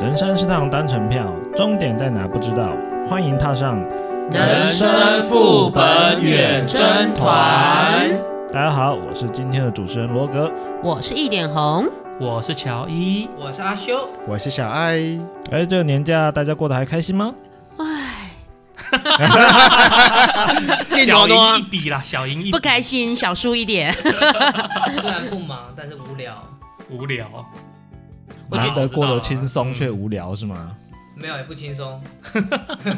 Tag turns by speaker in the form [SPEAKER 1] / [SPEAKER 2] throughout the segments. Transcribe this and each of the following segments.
[SPEAKER 1] 人生是趟单程票，终点在哪不知道，欢迎踏上。
[SPEAKER 2] 人生副本远征团，
[SPEAKER 1] 大家好，我是今天的主持人罗格。
[SPEAKER 3] 我是一点红，
[SPEAKER 2] 我是乔伊，
[SPEAKER 4] 我是阿修，
[SPEAKER 5] 我是小爱，
[SPEAKER 1] 哎，这个年假大家过得还开心吗？
[SPEAKER 3] 唉，
[SPEAKER 5] 电
[SPEAKER 2] 小
[SPEAKER 5] 脑的
[SPEAKER 2] 赢一
[SPEAKER 5] 吗？
[SPEAKER 2] 笔啦，小赢一
[SPEAKER 3] 不
[SPEAKER 2] 笔，
[SPEAKER 3] 开心，小输一点。
[SPEAKER 4] 虽然不忙，但是无聊，
[SPEAKER 2] 无聊，
[SPEAKER 3] 我觉得
[SPEAKER 1] 难得过得轻松
[SPEAKER 2] 嗯
[SPEAKER 1] 却无聊是吗？
[SPEAKER 4] 没有也不轻松。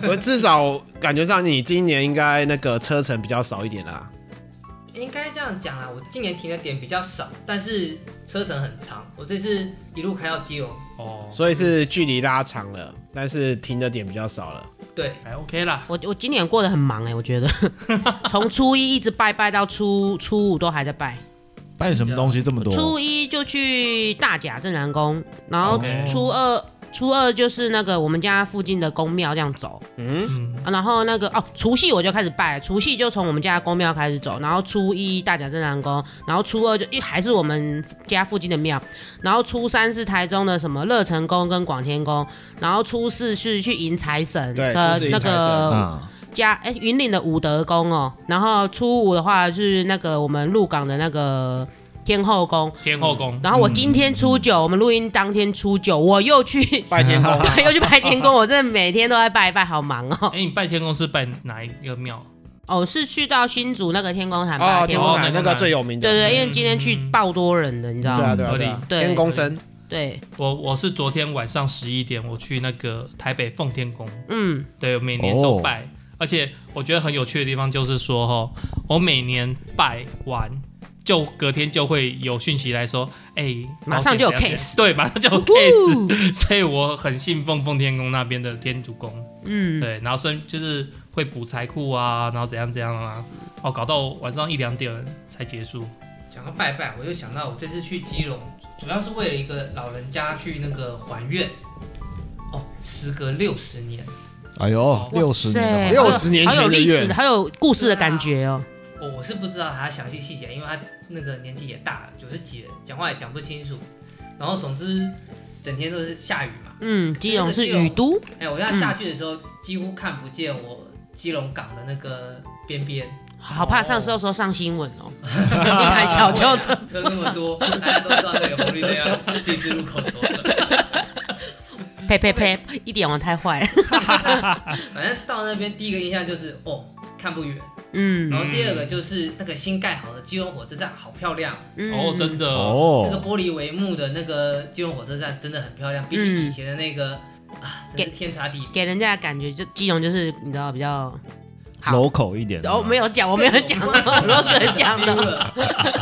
[SPEAKER 5] 我至少感觉上你今年应该那个车程比较少一点啦。
[SPEAKER 4] 应该这样讲啦，我今年停的点比较少，但是车程很长。我这次一路开到基隆，
[SPEAKER 2] 哦，
[SPEAKER 5] 所以是距离拉长了，但是停的点比较少了。
[SPEAKER 4] 对，
[SPEAKER 2] 还哎 OK 啦，
[SPEAKER 3] 我我今年过得很忙哎、我觉得 从初一一直拜拜到初初五都还在拜。
[SPEAKER 1] 拜什么东西这么多？
[SPEAKER 3] 初一就去大甲镇南宫，然后
[SPEAKER 2] OK
[SPEAKER 3] 初二初二就是那个我们家附近的宫庙这样走，
[SPEAKER 5] 嗯，
[SPEAKER 2] 嗯，
[SPEAKER 3] 啊然后那个哦，除夕我就开始拜，除夕就从我们家的公庙开始走，然后初一大甲镇南宫，然后初二就一还是我们家附近的庙，然后初三是台中的什么乐成宫跟广天宫，然后初四是去迎财神
[SPEAKER 5] 对
[SPEAKER 3] 的
[SPEAKER 5] 初四迎
[SPEAKER 3] 那
[SPEAKER 5] 财神
[SPEAKER 3] 个
[SPEAKER 1] 啊，
[SPEAKER 3] 家哎云岭的武德宫哦，然后初五的话是那个我们鹿港的那个天后宫，
[SPEAKER 2] 天后宫，
[SPEAKER 3] 然后我今天初九，我们录音当天初九我又 去。
[SPEAKER 5] 拜 天公
[SPEAKER 3] 又去拜天宫，我真的每天都在拜一拜，好忙哦。
[SPEAKER 2] 哎，你拜天宫是拜哪一个庙？
[SPEAKER 3] 哦，是去到新竹那个天宫坛吧？
[SPEAKER 5] 哦，
[SPEAKER 3] 天
[SPEAKER 5] 天
[SPEAKER 3] 宫
[SPEAKER 5] 公
[SPEAKER 2] 宫
[SPEAKER 5] 奶
[SPEAKER 2] 坛
[SPEAKER 5] 那个最有名的，
[SPEAKER 3] 对对，因为今天去
[SPEAKER 2] 嗯
[SPEAKER 3] 爆多人的，你知道
[SPEAKER 5] 对
[SPEAKER 3] 吗？
[SPEAKER 5] 啊对啊对
[SPEAKER 2] 合
[SPEAKER 5] 啊，
[SPEAKER 3] 对
[SPEAKER 5] 天公生
[SPEAKER 3] 对，
[SPEAKER 2] 我我是昨天晚上十一点，我去那个台北奉天宫，
[SPEAKER 3] 嗯，
[SPEAKER 2] 对，每年都拜，而且我觉得很有趣的地方就是说，哈，我每年拜完。就隔天就会有讯息来说，哎、
[SPEAKER 3] 马上就有
[SPEAKER 2] 保险怎样
[SPEAKER 3] case
[SPEAKER 2] 对，马上就有 case，所以我很信奉奉天宫那边的天主公，
[SPEAKER 3] 嗯，
[SPEAKER 2] 对，然后顺就是会补财库啊，然后怎样怎样啊，哦，搞到晚上一两点才结束。
[SPEAKER 4] 讲到拜拜，我就想到我这次去基隆，主要是为了一个老人家去那个还愿。哦，时隔六十年，
[SPEAKER 1] 哎呦，六十
[SPEAKER 3] 哇塞
[SPEAKER 1] 年
[SPEAKER 5] 六十年
[SPEAKER 3] 好有
[SPEAKER 5] 前的
[SPEAKER 3] 历史，
[SPEAKER 5] 月，
[SPEAKER 3] 好有故事的感觉哦。
[SPEAKER 4] 我我是不知道他详细细节，因为他那个年纪也大了，九十几了，讲话也讲不清楚。然后总之整天都是下雨嘛，
[SPEAKER 3] 嗯，基隆是雨都，
[SPEAKER 4] 哎、我要下去的时候、几乎看不见我基隆港的那个边边，
[SPEAKER 3] 好怕上到时候上新闻 哦。一台 小轿车，
[SPEAKER 4] 啊 车那么多，大家都知道那个红绿灯要自己自路口左转。
[SPEAKER 3] 呸呸呸，一点我哦太坏了。
[SPEAKER 4] 反正到那边第一个印象就是哦，看不远。
[SPEAKER 3] 嗯
[SPEAKER 4] 然后第二个就是那个新盖好的基隆火车站好漂亮，
[SPEAKER 3] 嗯，
[SPEAKER 2] 哦，真的，
[SPEAKER 1] 哦
[SPEAKER 4] 那个玻璃帷幕的那个基隆火车站真的很漂亮，比
[SPEAKER 3] 嗯
[SPEAKER 4] 起以前的那个啊，真是天差地别。
[SPEAKER 3] 给人家的感觉就基隆就是你知道比较好。
[SPEAKER 1] ，local 一点啊
[SPEAKER 5] 啊
[SPEAKER 1] 的吗。
[SPEAKER 3] 哦，没有讲，我没有讲的，罗
[SPEAKER 4] 只
[SPEAKER 3] 哥讲的。
[SPEAKER 4] 了。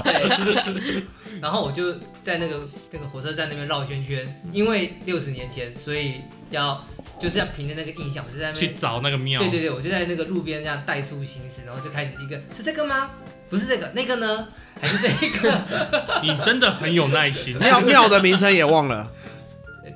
[SPEAKER 4] 对。然后我就在那个那个火车站那边绕圈圈，
[SPEAKER 3] 嗯
[SPEAKER 4] 因为六十年前，所以要就是要凭着那个印象，我就在那边
[SPEAKER 2] 去找那个庙。
[SPEAKER 4] 对对对，我就在那个路边这样代书行驶，然后就开始一个是这个吗？不是这个，那个呢？还是这个？
[SPEAKER 2] 你真的很有耐心。
[SPEAKER 5] 庙庙的名称也 忘了，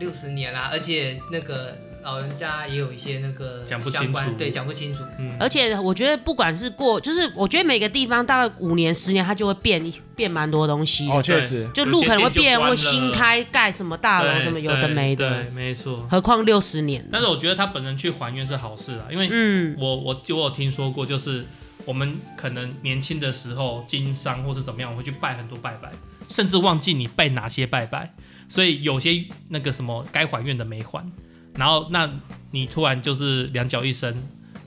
[SPEAKER 4] 六十年啦，而且那个老人家也有一些那个
[SPEAKER 2] 讲不
[SPEAKER 4] 相关
[SPEAKER 2] 清楚
[SPEAKER 4] 对，讲不清楚。
[SPEAKER 2] 嗯，
[SPEAKER 3] 而且我觉得，不管是过，就是我觉得每个地方大概五年、十年，它就会变变蛮多东西的
[SPEAKER 5] 哦，确实，
[SPEAKER 3] 就路可能会变，
[SPEAKER 2] 有些店就关了
[SPEAKER 3] 或新开盖什么大楼
[SPEAKER 2] 对
[SPEAKER 3] 什么有的
[SPEAKER 2] 对
[SPEAKER 3] 没的，
[SPEAKER 2] 对，没错。
[SPEAKER 3] 何况六十年
[SPEAKER 2] 但是我觉得他本人去还愿是好事啊，因为
[SPEAKER 3] 嗯，
[SPEAKER 2] 我我我有听说过，就是我们可能年轻的时候经商或是怎么样，我会去拜很多拜拜，甚至忘记你拜哪些拜拜，所以有些那个什么该还愿的没还，然后那你突然就是两脚一伸，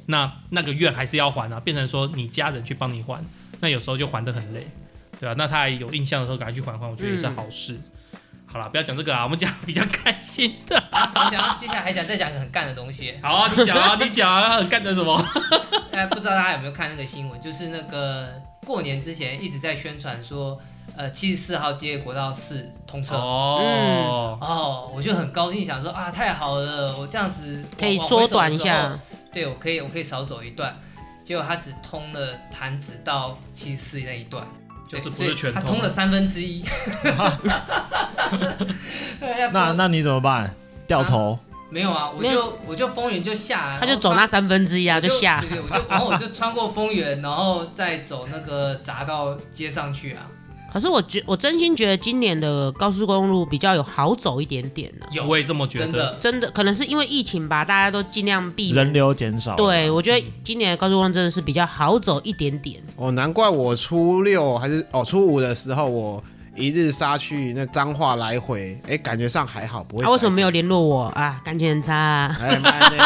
[SPEAKER 2] 那那个愿还是要还啊，变成说你家人去帮你还，那有时候就还得很累，对吧、啊那他还有印象的时候赶快去还还，我觉得也是好事。好啦，不要讲这个啊，我们讲比较开心的。
[SPEAKER 4] 我想接下来还想再讲一个很干的东西，
[SPEAKER 2] 好啊，你讲啊，你讲啊，干的什么？
[SPEAKER 4] 哎，不知道大家有没有看那个新闻，就是那个过年之前一直在宣传说，呃，七十四号街国道四通车。
[SPEAKER 2] 哦，
[SPEAKER 4] 哦，我就很高兴，想说啊，太好了，我这样子
[SPEAKER 3] 可以
[SPEAKER 4] 往
[SPEAKER 3] 缩短一。
[SPEAKER 4] 往回走的时候
[SPEAKER 3] 下。
[SPEAKER 4] 对，我可以，我可以少走一段。结果他只通了弹指到七四那一段，对
[SPEAKER 2] 就是不
[SPEAKER 4] 所以
[SPEAKER 2] 是全
[SPEAKER 4] 他
[SPEAKER 2] 通
[SPEAKER 4] 通了三分之一。对要
[SPEAKER 1] 那
[SPEAKER 4] 通
[SPEAKER 1] 那你怎么办？掉头？
[SPEAKER 4] 没有啊，我
[SPEAKER 3] 没
[SPEAKER 4] 就我就风云就下来，
[SPEAKER 3] 他
[SPEAKER 4] 然
[SPEAKER 3] 就
[SPEAKER 4] 后
[SPEAKER 3] 走那
[SPEAKER 4] 穿
[SPEAKER 3] 三分之一啊，
[SPEAKER 4] 我
[SPEAKER 3] 就下
[SPEAKER 4] 对对，我就然后我就穿过风云，然后再走那个匝道街上去啊。
[SPEAKER 3] 可是我觉我真心觉得今年的高速公路比较有好走一点点呢、
[SPEAKER 4] 有
[SPEAKER 2] 我也这么觉
[SPEAKER 4] 真
[SPEAKER 2] 得。
[SPEAKER 4] 的，
[SPEAKER 3] 真的可能是因为疫情吧，大家都尽量避免
[SPEAKER 1] 人流减少。，
[SPEAKER 3] 对，我觉得今年的高速公路真的是比较好走一点点。
[SPEAKER 5] 哦，难怪我初六还是哦初五的时候，我一日杀去那彰化来回，哎，感觉上还好，不会。
[SPEAKER 3] 啊他、为什么没有？联络我啊？感情很差、啊。
[SPEAKER 5] 哎妈 的！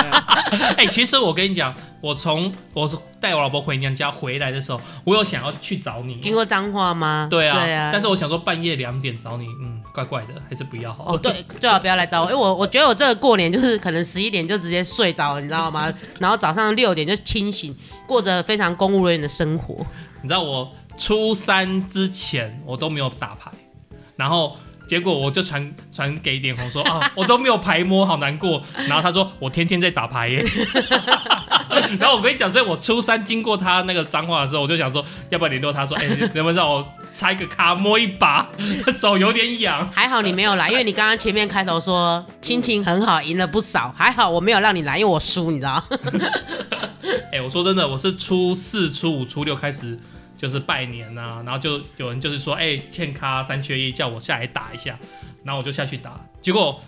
[SPEAKER 2] 哎、其实我跟你讲，我从我带我老婆回娘家回来的时候，我有想要去找你。
[SPEAKER 3] 经过脏话吗？
[SPEAKER 2] 对啊，
[SPEAKER 3] 对啊。
[SPEAKER 2] 但是我想说半夜两点找你，嗯，怪怪的，还是不要好了。
[SPEAKER 3] 哦，对，最好不要来找我，因为我我觉得我这个过年就是可能十一点就直接睡着了，你知道吗？ 然后早上六点就清醒，过着非常公务人员的生活。
[SPEAKER 2] 你知道我初三之前我都没有打牌，然后结果我就传传给点红说啊，我都没有牌摸，好难过。然后他说我天天在打牌 耶。然后我跟你讲，所以我初三经过他那个脏话的时候，我就想说，要不要联络他说，哎、你能不能让我拆个卡摸一把， 手有点痒。
[SPEAKER 3] 还好你没有来，因为你刚刚前面开头说心情很好，赢了不少，还好我没有让你来，因为我输，你知道？
[SPEAKER 2] 哎、我说真的，我是初四、初五、初六开始就是拜年呐、然后就有人就是说，哎、欠咖三缺一，叫我下来打一下，然后我就下去打，结果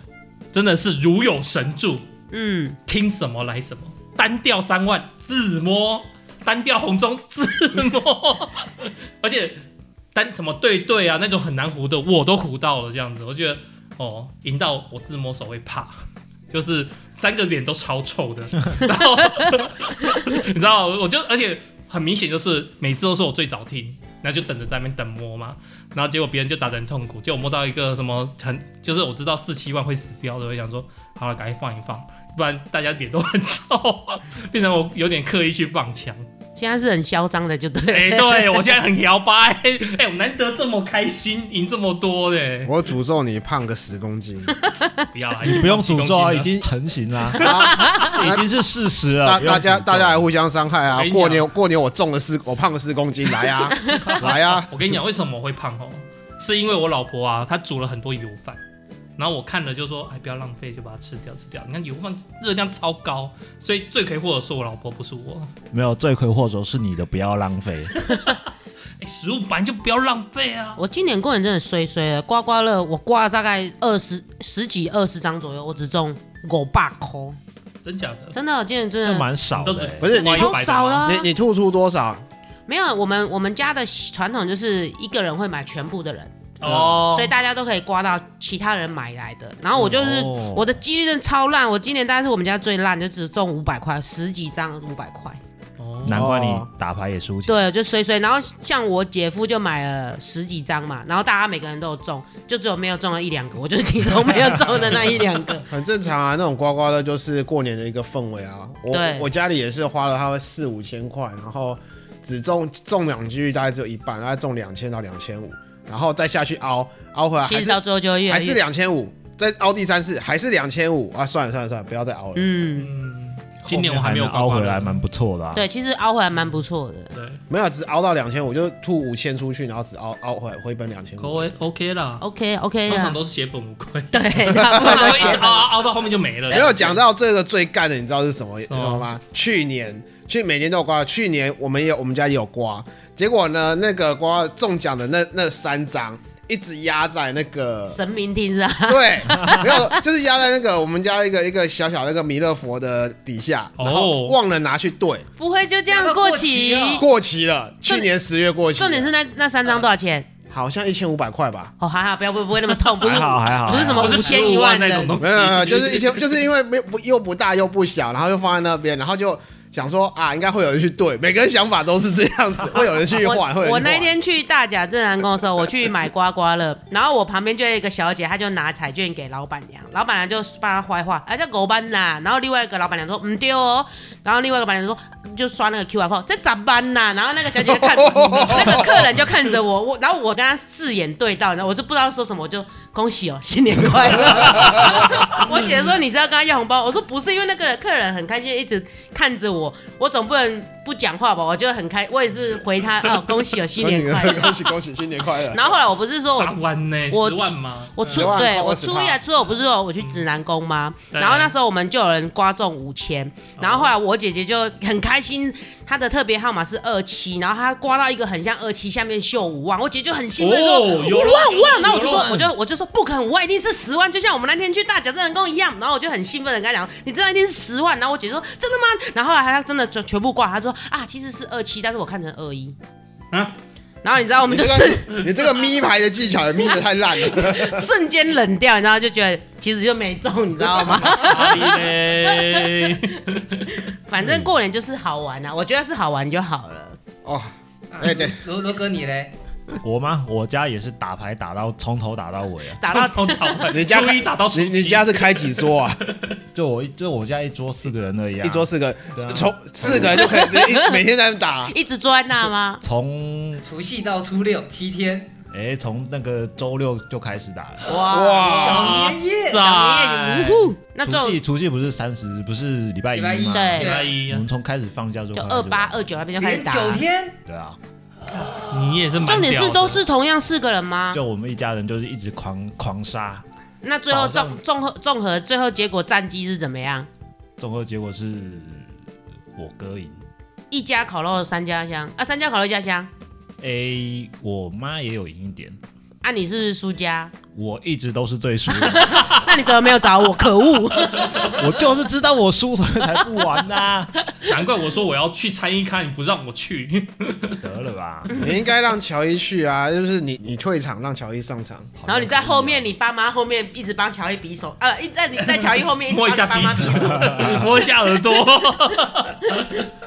[SPEAKER 2] 真的是如有神助，
[SPEAKER 3] 嗯，
[SPEAKER 2] 听什么来什么，单调三万自摸，单调红中自摸，而且单什么对对啊那种很难胡的我都胡到了这样子，我觉得哦赢到我自摸手会怕，就是三个脸都超臭的，然后 你知道我就而且很明显就是每次都是我最早听，然后就等着在那边等摸嘛。然后结果别人就打得很痛苦，结果摸到一个什么很，就是我知道四七万会死掉的，我就想说好了，赶紧放一放，不然大家脸都很臭，变成我有点刻意去放 枪。
[SPEAKER 3] 现在是很嚣张的，就
[SPEAKER 2] 哎、
[SPEAKER 3] 对。
[SPEAKER 2] 对我现在很摇摆， 哎、我难得这么开心，赢这么多嘞，
[SPEAKER 5] 我诅咒你胖个十公 斤，
[SPEAKER 2] 不要啦，
[SPEAKER 1] 你不用诅咒啊，
[SPEAKER 2] 已
[SPEAKER 1] 已
[SPEAKER 2] 经
[SPEAKER 1] 经成型啦，
[SPEAKER 5] 啊
[SPEAKER 1] 已经是事实了。
[SPEAKER 5] 大
[SPEAKER 1] 不用
[SPEAKER 5] 大家
[SPEAKER 1] 诅咒
[SPEAKER 5] 大家还互相伤害
[SPEAKER 2] 我
[SPEAKER 5] 啊
[SPEAKER 2] 跟！你
[SPEAKER 5] 过
[SPEAKER 2] 讲
[SPEAKER 5] 年过年我重了四，我胖了四公斤，来 啊来啊！
[SPEAKER 2] 我跟你讲，为什么我会胖哦？是因为我老婆啊，她煮了很多油饭，然后我看了就说，哎，不要浪费，就把它吃掉，吃掉。你看油饭热量超高，所以罪魁祸首是我老婆，不是我。
[SPEAKER 1] 没有罪魁祸首是你的，不要浪费。
[SPEAKER 2] 哎，食物本来就不要浪费啊。
[SPEAKER 3] 我今年过年真的衰衰了，刮刮乐我刮了大概二十十几二十张左右，我只中五百块，
[SPEAKER 2] 真假的？
[SPEAKER 3] 真的，我今年真
[SPEAKER 1] 这
[SPEAKER 3] 的
[SPEAKER 1] 蛮少的、
[SPEAKER 2] 只
[SPEAKER 1] 欸
[SPEAKER 5] 不是你
[SPEAKER 2] 花
[SPEAKER 3] 好
[SPEAKER 2] 100
[SPEAKER 3] 少了、
[SPEAKER 2] 吗
[SPEAKER 3] 啊。
[SPEAKER 5] 你你吐出多少？
[SPEAKER 3] 没有，我们我们家的传统就是一个人会买全部的人，
[SPEAKER 2] 哦，
[SPEAKER 3] 所以大家都可以刮到其他人买来的。然后我就是、
[SPEAKER 1] 哦
[SPEAKER 3] 我的几率真的超烂，我今年大概是我们家最烂，就只中五百块，十几张五百块。
[SPEAKER 2] 哦
[SPEAKER 1] 难怪你打牌也输钱。
[SPEAKER 3] 对，就随随。然后像我姐夫就买了十几张嘛，然后大家每个人都有中，就只有没有中了一两个，我就是其中没有中的那一两个。
[SPEAKER 5] 很正常啊，那种刮刮乐就是过年的一个氛围啊。我
[SPEAKER 3] 对
[SPEAKER 5] 我家里也是花了他们四五千块，然后只中中两句大概只有一半，大概中两千到两千五，然后再下去凹凹回来
[SPEAKER 3] 其
[SPEAKER 5] 还
[SPEAKER 3] 实
[SPEAKER 5] 是
[SPEAKER 3] 到最后就会越来
[SPEAKER 5] 还是
[SPEAKER 3] 越……
[SPEAKER 5] 两千五，再凹第三次还是两千五啊！算了算了算了，不要再凹了。
[SPEAKER 3] 嗯，
[SPEAKER 2] 嗯，今年我还没有
[SPEAKER 1] 后面能
[SPEAKER 2] 刮
[SPEAKER 1] 熬
[SPEAKER 2] 刮
[SPEAKER 1] 回
[SPEAKER 2] 乐
[SPEAKER 1] 来，蛮不错的、啊。
[SPEAKER 3] 对，其实凹回来蛮不错的。
[SPEAKER 2] 对，
[SPEAKER 5] 没有，只凹到两千五，就吐五千出去，然后只凹凹回来回本两千
[SPEAKER 2] 可
[SPEAKER 5] 五。
[SPEAKER 2] 以 OK 啦。
[SPEAKER 3] OK OK
[SPEAKER 2] 通常
[SPEAKER 3] 啦，
[SPEAKER 2] 都是血本无归，
[SPEAKER 3] 对，大部分
[SPEAKER 2] 然
[SPEAKER 3] 都
[SPEAKER 2] 后一直
[SPEAKER 3] 写
[SPEAKER 2] 熬熬熬到后面就没
[SPEAKER 3] 呃
[SPEAKER 2] 了。
[SPEAKER 5] 没有讲到这个最干的，你知道是什
[SPEAKER 3] 哦
[SPEAKER 5] 么？你知道
[SPEAKER 2] 么
[SPEAKER 5] 吗？去年去每年都有刮，去年我们也有我们家也有刮，结果呢，那个刮中奖的那那三张一直压在那个。
[SPEAKER 3] 神明听是吧？
[SPEAKER 5] 对，没有，就是压在那个我们家一个一个小小那个弥勒佛的底下，然后
[SPEAKER 2] 哦
[SPEAKER 5] 忘了拿去兑，
[SPEAKER 3] 不会就这样过期？
[SPEAKER 4] 那个过期哦
[SPEAKER 5] 过期了。去年十月过期，
[SPEAKER 3] 重点是那那三张多少钱？
[SPEAKER 5] 好像一千五百块吧，
[SPEAKER 3] 哦，还好，不要不不会那么痛，不是
[SPEAKER 1] 还好还好
[SPEAKER 3] 不是什么
[SPEAKER 2] 不是
[SPEAKER 3] 五千
[SPEAKER 2] 15
[SPEAKER 3] 一万
[SPEAKER 2] 万
[SPEAKER 3] 的
[SPEAKER 2] 那种东西，
[SPEAKER 5] 没有，没有，就是以前就是因为没有不又不大又不小，然后又放在那边，然后就想说啊，应该会有人去对，每个人想法都是这样子，会有人去换，会有人 去
[SPEAKER 3] 我我那
[SPEAKER 5] 换
[SPEAKER 3] 天去大甲镇南宫的时候，我去买刮刮乐，然后我旁边就有一个小姐，她就拿彩券给老板娘，老板娘就帮她画一画，啊叫狗班呐，然后另外一个老板娘说唔丢哦，然后另外一个老板娘说就刷那个 QR code 这咋办呐，然后那个小姐就看 那个客人就看着我，我然后我跟她四眼对到，然后我就不知道说什么，我就恭喜哦，新年快乐。 我姐说你是要跟她要红包，我说不是，因为那个客人很开心，一直看着我，我总不能不讲话吧，我就很开，我也是回他哦，恭喜 哦，新
[SPEAKER 5] 恭
[SPEAKER 3] 年
[SPEAKER 5] 喜
[SPEAKER 3] 快乐。
[SPEAKER 5] 恭喜恭喜，新年快 乐！
[SPEAKER 3] 然后后来我不是说我
[SPEAKER 2] 砸弯呢，
[SPEAKER 3] 我
[SPEAKER 2] 十 万吗？
[SPEAKER 3] 我初
[SPEAKER 5] 10万
[SPEAKER 3] 对
[SPEAKER 5] 扣
[SPEAKER 3] 我
[SPEAKER 5] 20%
[SPEAKER 3] 初一来初二我不是说我去指南宫吗？
[SPEAKER 2] 对哦
[SPEAKER 3] 然后那时候我们就有人刮中五千，然后后来我姐姐就很开心，她的特别号码是二七，然后她刮到一个很像二七下面绣五万，我姐就很兴奋说
[SPEAKER 2] 哦
[SPEAKER 3] 五
[SPEAKER 2] 有了
[SPEAKER 3] 万五万，然后我就
[SPEAKER 2] 有
[SPEAKER 3] 说
[SPEAKER 2] 了
[SPEAKER 3] 我就我就说不可能，五万一定是十万，就像我们那天去大甲镇人宫一样，然后我就很兴奋的跟她讲，你知道一定是十万，然后我姐说真的吗？然后后来她真的就全部挂，她说啊其实是二七，但是我看成二一
[SPEAKER 2] 啊。
[SPEAKER 3] 然后你知道我们就
[SPEAKER 5] 你
[SPEAKER 3] 是
[SPEAKER 5] 这 个你这个咪牌的技巧也咪的太 烂了，
[SPEAKER 3] 瞬间冷掉，你知道就觉得其实就没中，你知道吗？
[SPEAKER 2] 哪里嘞？
[SPEAKER 3] 反正过年就是好玩啊，我觉得是好玩就好了。
[SPEAKER 5] 哦，哎对，
[SPEAKER 4] 啊罗罗哥你嘞？
[SPEAKER 1] 我吗？我家也是打牌打到从头打到尾啊，
[SPEAKER 3] 打到
[SPEAKER 2] 从头打完
[SPEAKER 5] 你家
[SPEAKER 2] 初一打到初
[SPEAKER 5] 你
[SPEAKER 2] 七，
[SPEAKER 5] 你家是开几桌啊？
[SPEAKER 1] 就我一就我家一桌四个人而已啊，
[SPEAKER 5] 一桌四个
[SPEAKER 1] 对啊，
[SPEAKER 5] 从四个人就可以直接一每天在那打， 啊
[SPEAKER 3] 一直坐在那吗？
[SPEAKER 1] 从
[SPEAKER 4] 除夕到初六七天，
[SPEAKER 1] 哎从那个周六就开始打了。
[SPEAKER 3] 哇
[SPEAKER 2] 啊
[SPEAKER 5] 哇
[SPEAKER 4] 小年夜
[SPEAKER 2] 哇塞
[SPEAKER 3] 小年夜，呜呼！那
[SPEAKER 1] 除
[SPEAKER 3] 就
[SPEAKER 1] 夕除夕不是三十，不是礼拜一
[SPEAKER 4] 礼拜一
[SPEAKER 1] 吗？
[SPEAKER 3] 对
[SPEAKER 2] 礼拜一
[SPEAKER 1] 我
[SPEAKER 2] 啊
[SPEAKER 1] 们，从开始放假就
[SPEAKER 3] 就
[SPEAKER 1] 开始
[SPEAKER 3] 二八
[SPEAKER 1] 打
[SPEAKER 3] 二九那边就开始
[SPEAKER 4] 连
[SPEAKER 3] 打。
[SPEAKER 4] 九 天，
[SPEAKER 1] 对啊，
[SPEAKER 2] 你也是蛮屌
[SPEAKER 3] 重
[SPEAKER 2] 的
[SPEAKER 3] 点是都是同样四个人吗？
[SPEAKER 1] 就我们一家人就是一直狂狂杀，
[SPEAKER 3] 那最后
[SPEAKER 1] 早
[SPEAKER 3] 综
[SPEAKER 1] 上
[SPEAKER 3] 综合综合最后结果战绩是怎么样？
[SPEAKER 1] 综合结果是我哥赢。
[SPEAKER 3] 一家烤肉三家香啊，三家烤肉一家香
[SPEAKER 1] 诶，我妈也有赢一点，
[SPEAKER 3] 啊，你是输家，
[SPEAKER 1] 我一直都是最输的，
[SPEAKER 3] 那你怎么没有找我？可恶！
[SPEAKER 1] 我就是知道我输，所以才不玩呐、
[SPEAKER 2] 难怪我说我要去参一咖，你不让 我去，
[SPEAKER 1] 得了吧，
[SPEAKER 5] 你应该让乔伊去啊，就是你你退场让乔伊上场，
[SPEAKER 1] 好像
[SPEAKER 3] 然后你在后面，
[SPEAKER 1] 可以
[SPEAKER 3] 你爸妈后面一直帮乔伊比手，呃，一在你在乔伊后面一直
[SPEAKER 2] 摸一下
[SPEAKER 3] 帮
[SPEAKER 2] 鼻
[SPEAKER 3] 哎你爸妈比
[SPEAKER 2] 子
[SPEAKER 3] 手，，
[SPEAKER 2] 摸一下 耳朵。
[SPEAKER 1] 啊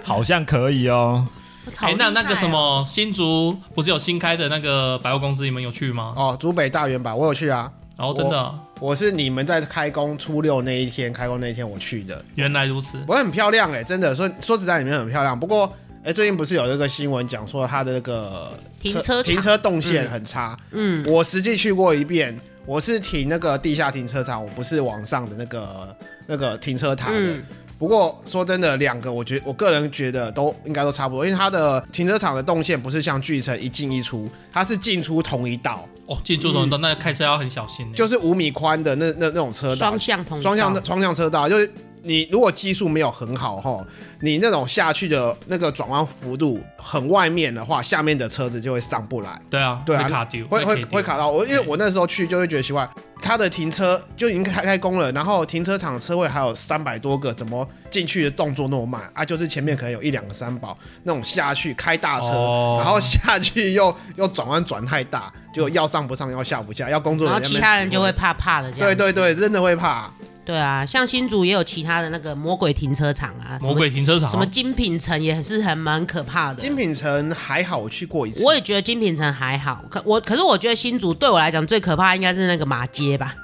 [SPEAKER 1] 好像可以哦。
[SPEAKER 3] 好
[SPEAKER 2] 哎，那
[SPEAKER 3] 厉
[SPEAKER 2] 那个
[SPEAKER 3] 害
[SPEAKER 2] 什
[SPEAKER 3] 哦
[SPEAKER 2] 么新竹不是有新开的那个百货公司，你们有去吗？
[SPEAKER 5] 哦，竹北大圆柏我有去啊，
[SPEAKER 2] 然后真的，
[SPEAKER 5] 我是你们在开工初六那一天，开工那一天我去的，
[SPEAKER 2] 原来如此。
[SPEAKER 5] 我很漂亮哎、真的说说实在，里面很漂亮。不过哎、最近不是有这个新闻讲说它的那个
[SPEAKER 3] 停车场
[SPEAKER 5] 停车动线很差，
[SPEAKER 3] 嗯，
[SPEAKER 5] 我实际去过一遍，我是停那个地下停车场，我不是往上的那个那个停车塔的。
[SPEAKER 3] 嗯，
[SPEAKER 5] 不过说真的，两个我觉我个人觉得都应该都差不多，因为它的停车场的动线不是像巨城一进一出，它是进出同一道，
[SPEAKER 2] 哦，进驻总道，那开车要很小心欸。
[SPEAKER 5] 嗯就是五米宽的那那那种车道
[SPEAKER 3] 双，向通道
[SPEAKER 5] 双向的双向车道，就是你如果技术没有很好吼，你那种下去的那个转弯幅度很外面的话，下面的车子就会上不来，
[SPEAKER 2] 对啊，
[SPEAKER 5] 对啊
[SPEAKER 2] 会卡丢，
[SPEAKER 5] 会会
[SPEAKER 2] 卡丢
[SPEAKER 5] 会卡到我。因为
[SPEAKER 3] 嗯
[SPEAKER 2] 对
[SPEAKER 5] 我那时候去就会觉得奇怪，他的停车就已经开开工了，然后停车场的车位还有三百多个，怎么进去的动作那么慢啊？就是前面可能有一两个三宝那种下去开大车，
[SPEAKER 2] 哦
[SPEAKER 5] 然后下去又又转弯转太大，就要上不上，要下不下，要工作
[SPEAKER 3] 然后
[SPEAKER 5] 人员
[SPEAKER 3] 其
[SPEAKER 5] 在那边
[SPEAKER 3] 他人就会
[SPEAKER 5] 指挥。
[SPEAKER 3] 怕怕的这样
[SPEAKER 5] 对
[SPEAKER 3] 子。
[SPEAKER 5] 对对，真的会怕、
[SPEAKER 3] 对啊，像新竹也有其他的那个魔鬼停车场啊，什么
[SPEAKER 2] 魔鬼停车场
[SPEAKER 3] 什么精品城也是很蛮可怕的。
[SPEAKER 5] 精品城还好，我去过一次。
[SPEAKER 3] 我也觉得精品城还好，可我可是我觉得新竹对我来讲最可怕应该是那个马街吧，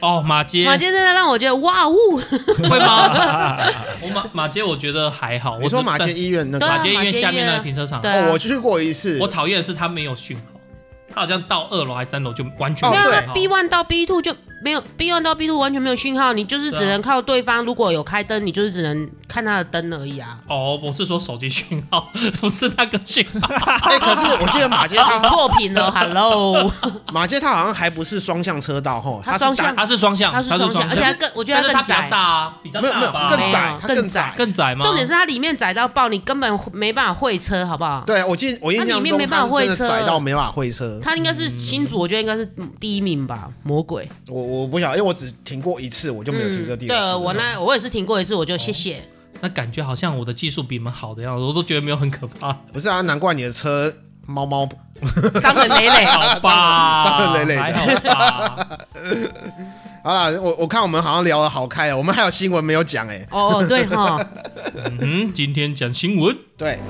[SPEAKER 2] 哦，马街
[SPEAKER 3] 马街真的让我觉得哇呜，
[SPEAKER 5] 哦
[SPEAKER 2] 会吗？我马马街我觉得还好，我
[SPEAKER 5] 你说
[SPEAKER 2] 只
[SPEAKER 5] 马街医院那
[SPEAKER 3] 对
[SPEAKER 5] 个
[SPEAKER 3] 啊
[SPEAKER 2] 马街医院下面那个停车场
[SPEAKER 3] 对，
[SPEAKER 5] 哦，
[SPEAKER 3] 啊
[SPEAKER 5] 我，去过一次
[SPEAKER 2] 我。讨厌的是它没有讯号，它好像到二楼还是三楼就完全
[SPEAKER 5] 哦
[SPEAKER 3] 没
[SPEAKER 2] 没有
[SPEAKER 3] 有
[SPEAKER 5] 对
[SPEAKER 2] 讯
[SPEAKER 3] 那
[SPEAKER 2] 号。
[SPEAKER 3] 啊 B one 到 B two 就没有 B one 到 B two 完全没有讯号，你就是只
[SPEAKER 2] 对啊
[SPEAKER 3] 能靠对方如果有开灯，你就是只能看他的灯而已 啊。
[SPEAKER 2] 哦，我是说手机讯号， 不是那个讯号。
[SPEAKER 5] 哎，可是我记得 马街
[SPEAKER 3] 你
[SPEAKER 5] 它
[SPEAKER 3] 错评了 ，Hello，
[SPEAKER 5] 马街它好像还不是双向车道吼，
[SPEAKER 3] 它
[SPEAKER 5] 是
[SPEAKER 3] 双
[SPEAKER 5] 单
[SPEAKER 3] 向
[SPEAKER 2] 它是双向，
[SPEAKER 3] 它是双向，而且它更我觉
[SPEAKER 2] 但
[SPEAKER 3] 得
[SPEAKER 2] 是
[SPEAKER 3] 它更
[SPEAKER 2] 它比较
[SPEAKER 3] 窄
[SPEAKER 2] 大。啊，比较
[SPEAKER 5] 没有没
[SPEAKER 2] 大
[SPEAKER 5] 有
[SPEAKER 2] 吧？
[SPEAKER 5] 更
[SPEAKER 3] 没
[SPEAKER 5] 窄
[SPEAKER 3] 有，
[SPEAKER 5] 它
[SPEAKER 3] 更窄
[SPEAKER 5] 窄。
[SPEAKER 2] 更窄吗？
[SPEAKER 3] 重点是它里面窄到爆，你根本没办法会车，好不好？
[SPEAKER 5] 对，我记我印
[SPEAKER 3] 它
[SPEAKER 5] 象
[SPEAKER 3] 里面
[SPEAKER 5] 中
[SPEAKER 3] 没办法
[SPEAKER 5] 它是真
[SPEAKER 3] 会车
[SPEAKER 5] 的窄到没办法会车。
[SPEAKER 3] 它应该是新竹，我觉得应该是第一名吧，魔鬼。嗯
[SPEAKER 5] 我我不晓得，因为我只停过一次，我就没有停过第
[SPEAKER 3] 对，
[SPEAKER 5] 二次。
[SPEAKER 3] 我那我也是停过一次，我就谢谢。
[SPEAKER 2] 那感觉好像我的技术比你们好的样子，我都觉得没有很可怕。，
[SPEAKER 5] 不是啊，难怪你的车猫猫哦
[SPEAKER 3] 伤痕累 累
[SPEAKER 2] 好吧，
[SPEAKER 5] 伤痕累累的
[SPEAKER 2] 还好吧。
[SPEAKER 5] 啊！我我看我们好像聊得好开哦，我们还有新闻没有讲哎。
[SPEAKER 3] 哦哦，对哈，
[SPEAKER 2] 嗯哼，今天讲新闻，
[SPEAKER 5] 对，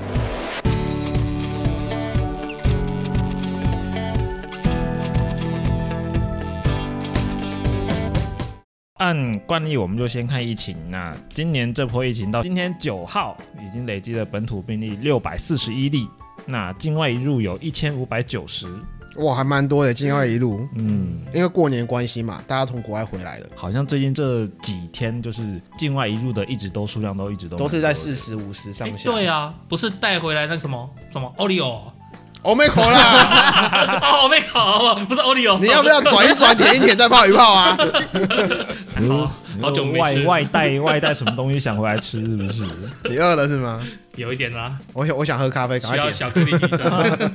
[SPEAKER 1] 按惯例，我们就先看疫情那今年这波疫情到今天九号，已经累积了本土病例六百四十一例，那境外移入有一千五百九十，
[SPEAKER 5] 哇，还蛮多的，金外一路，
[SPEAKER 1] 嗯，
[SPEAKER 5] 因为过年关系嘛，大家从国外回来的，
[SPEAKER 1] 好像最近这几天就是境外一入的，一直都数量都一直都
[SPEAKER 5] 都是在四
[SPEAKER 1] 试。
[SPEAKER 5] 十五十上
[SPEAKER 2] 哎
[SPEAKER 5] 下。
[SPEAKER 2] 对啊，不是带回来那个什么什么 Oreo，
[SPEAKER 5] 我没口 啦，
[SPEAKER 2] 哦，没搞，不是 Oreo，
[SPEAKER 5] 你要不要转一转、舔一舔再泡一泡啊？
[SPEAKER 2] 好
[SPEAKER 1] 你
[SPEAKER 2] 好久没
[SPEAKER 1] 外
[SPEAKER 2] 吃
[SPEAKER 1] 外带外带什么东西想回来吃是不是？
[SPEAKER 5] 你饿了是吗？
[SPEAKER 2] 有一点啦，
[SPEAKER 5] 我想我想喝咖哎啡，赶
[SPEAKER 2] 需
[SPEAKER 5] 快
[SPEAKER 2] 要
[SPEAKER 5] 点。
[SPEAKER 2] 巧克力提升。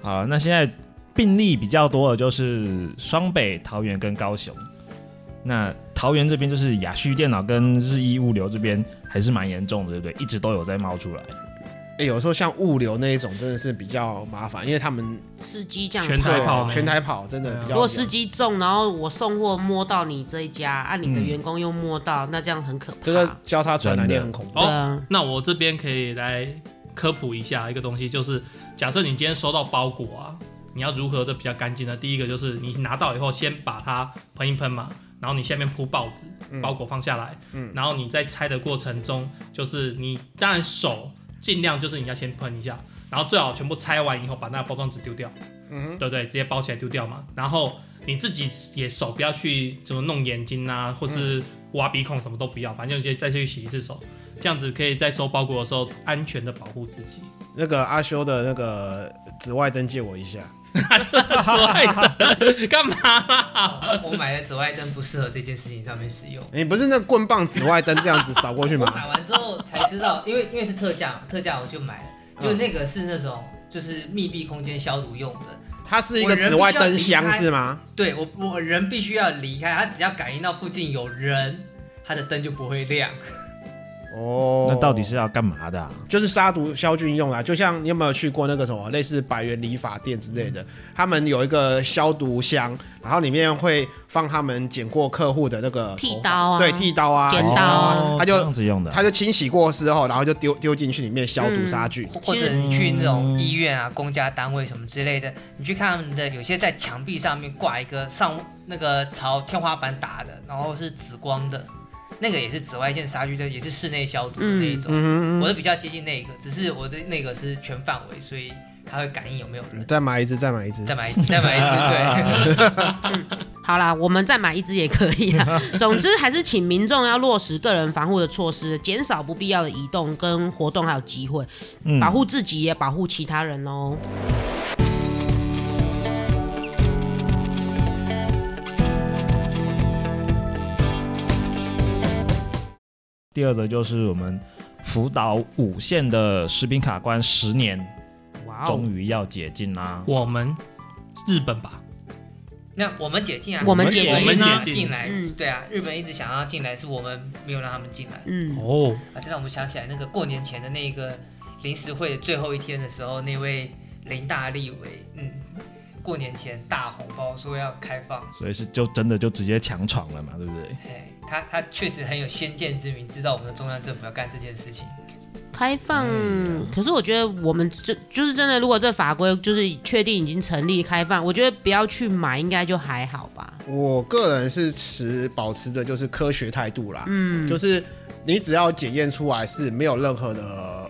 [SPEAKER 1] 好，那现在病例比较多的就是双北、桃园跟高雄。那桃园这边就是雅旭电脑跟日一物流这边还是蛮严重的，对不对？一直都有在冒出来。
[SPEAKER 5] 哎、有时候像物流那一种真的是比较麻烦，因为他们
[SPEAKER 3] 司机这样
[SPEAKER 2] 全
[SPEAKER 3] 跑
[SPEAKER 2] 台跑
[SPEAKER 5] 对全台跑真的比较
[SPEAKER 2] 对啊
[SPEAKER 5] 严。
[SPEAKER 3] 如果司机中，然后我送货摸到你这一家，啊，你的
[SPEAKER 1] 嗯
[SPEAKER 3] 员工又摸到，那这样很可怕。
[SPEAKER 5] 嗯这个交叉传染
[SPEAKER 1] 真的
[SPEAKER 5] 链很恐怖。
[SPEAKER 3] 对啊，
[SPEAKER 2] 那我这边可以来科普一下一个东西，就是假设你今天收到包裹啊，你要如何的比较干净呢？第一个就是你拿到以后，先把它喷一喷嘛，然后你下面铺报纸，
[SPEAKER 5] 嗯
[SPEAKER 2] 包裹放下来，
[SPEAKER 5] 嗯
[SPEAKER 2] 然后你在拆的过程中，就是你当然手尽量就是你要先喷一下，然后最好全部拆完以后把那个包装纸丢掉，
[SPEAKER 5] 嗯
[SPEAKER 2] 对不对？直接包起来丢掉嘛，然后。你自己也手不要去怎么弄眼睛啊，或
[SPEAKER 5] 嗯
[SPEAKER 2] 是挖鼻孔，什么都不要，反正就直接再去洗一次手。这样子可以在收包裹的时候安全的保护自 己。
[SPEAKER 5] 哼，那个阿修的那个紫外灯借我一下，
[SPEAKER 2] 之外的干嘛啦？
[SPEAKER 4] 我买的紫外灯不适合这件事情上面使用。
[SPEAKER 5] 你不是那棍棒紫外灯这样子扫过去
[SPEAKER 4] 我
[SPEAKER 5] 吗？
[SPEAKER 4] 买完之后才知道，因为因为是特价嘛，特价我就买了，
[SPEAKER 2] 嗯
[SPEAKER 4] 就那个是那种就是密闭空间消毒用的。
[SPEAKER 5] 它是一个紫外灯
[SPEAKER 4] 我人必须要离
[SPEAKER 5] 箱
[SPEAKER 4] 开
[SPEAKER 5] 是吗？
[SPEAKER 4] 对我我人必须要离开，它只要感应到附近有人，它的灯就不会亮。
[SPEAKER 5] 哦，
[SPEAKER 1] 那到底是要干嘛的、啊？
[SPEAKER 5] 就是杀毒消菌用啦，就像你有没有去过那个什么类似百元理发店之类的，他们有一个消毒箱，然后里面会放他们剪过客户的那个
[SPEAKER 3] 剃
[SPEAKER 5] 头发
[SPEAKER 3] 刀啊
[SPEAKER 5] 对，剃刀啊，
[SPEAKER 3] 剪刀啊
[SPEAKER 1] 哦
[SPEAKER 5] 他就
[SPEAKER 1] 这样子用的啊、
[SPEAKER 5] 他就清洗过之后，然后就丢丢进去里面消毒杀菌。
[SPEAKER 4] 或者你去那种医院啊、公家单位什么之类的，你去看他们的，有些在墙壁上面挂一个上那个朝天花板打的，然后是紫光的，那个也是紫外线杀菌的，也是室内消毒的那一种。
[SPEAKER 5] 嗯
[SPEAKER 4] 我的比较接近那个，只是我的那个是全范围，所以它会感应有没有人。
[SPEAKER 5] 再买一只，再买一只。
[SPEAKER 4] 再买一次，再买一次，对，
[SPEAKER 3] 好啦，我们再买一支也可以 啊。总之还是请民众要落实个人防护的措施，减少不必要的移动跟活动还有机会，
[SPEAKER 1] 嗯
[SPEAKER 3] 保护自己也保护其他人哦。
[SPEAKER 1] 第二则就是我们福岛五县的食品卡关十年
[SPEAKER 3] 哇哦
[SPEAKER 1] 终，于要解禁啦。
[SPEAKER 2] 我们日本吧，
[SPEAKER 4] 那我们解禁啊，
[SPEAKER 3] 我们
[SPEAKER 1] 解禁
[SPEAKER 4] 我们
[SPEAKER 2] 我
[SPEAKER 4] 想
[SPEAKER 2] 们
[SPEAKER 4] 要
[SPEAKER 2] 解禁
[SPEAKER 4] 进来
[SPEAKER 3] 嗯，
[SPEAKER 4] 对啊，日本一直想要进来，是我们没有让他们进来。
[SPEAKER 3] 嗯，
[SPEAKER 2] 哦，
[SPEAKER 4] 啊，这让我们想起来那个过年前的那个临时会最后一天的时候，那位林大立委，嗯，过年前大红包说要开放，
[SPEAKER 1] 所以是就真的就直接强闯了嘛，对不对？
[SPEAKER 4] 哎，他他确实很有先见之明，知道我们的中央政府要干这件事情。
[SPEAKER 3] 开放。可是我觉得我们这就是真的，如果这法规就是确定已经成立开放，我觉得不要去买，应该就还好吧。
[SPEAKER 5] 我个人是持保持着就是科学态度啦，嗯，就是你只要检验出来是没有任何的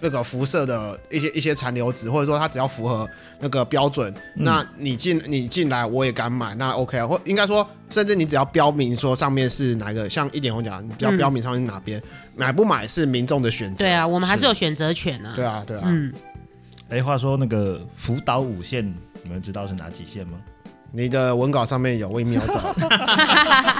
[SPEAKER 5] 那个辐射的一些一些残留值，或者说它只要符合那个标准，
[SPEAKER 3] 嗯
[SPEAKER 5] 那你进你进来我也敢买，那 OK 啊，或应该说，甚至你只要标明说上面是哪个，像一点红讲，你只要标明上面是哪边，买不买是民众的选择，
[SPEAKER 3] 嗯对啊，我们还是
[SPEAKER 5] 是
[SPEAKER 3] 有选择权啊。
[SPEAKER 5] 对啊，对啊，
[SPEAKER 3] 嗯，
[SPEAKER 1] 哎，话说那个福岛五县，你们知道是哪几县吗？
[SPEAKER 5] 你的文稿上面有 微瞄到，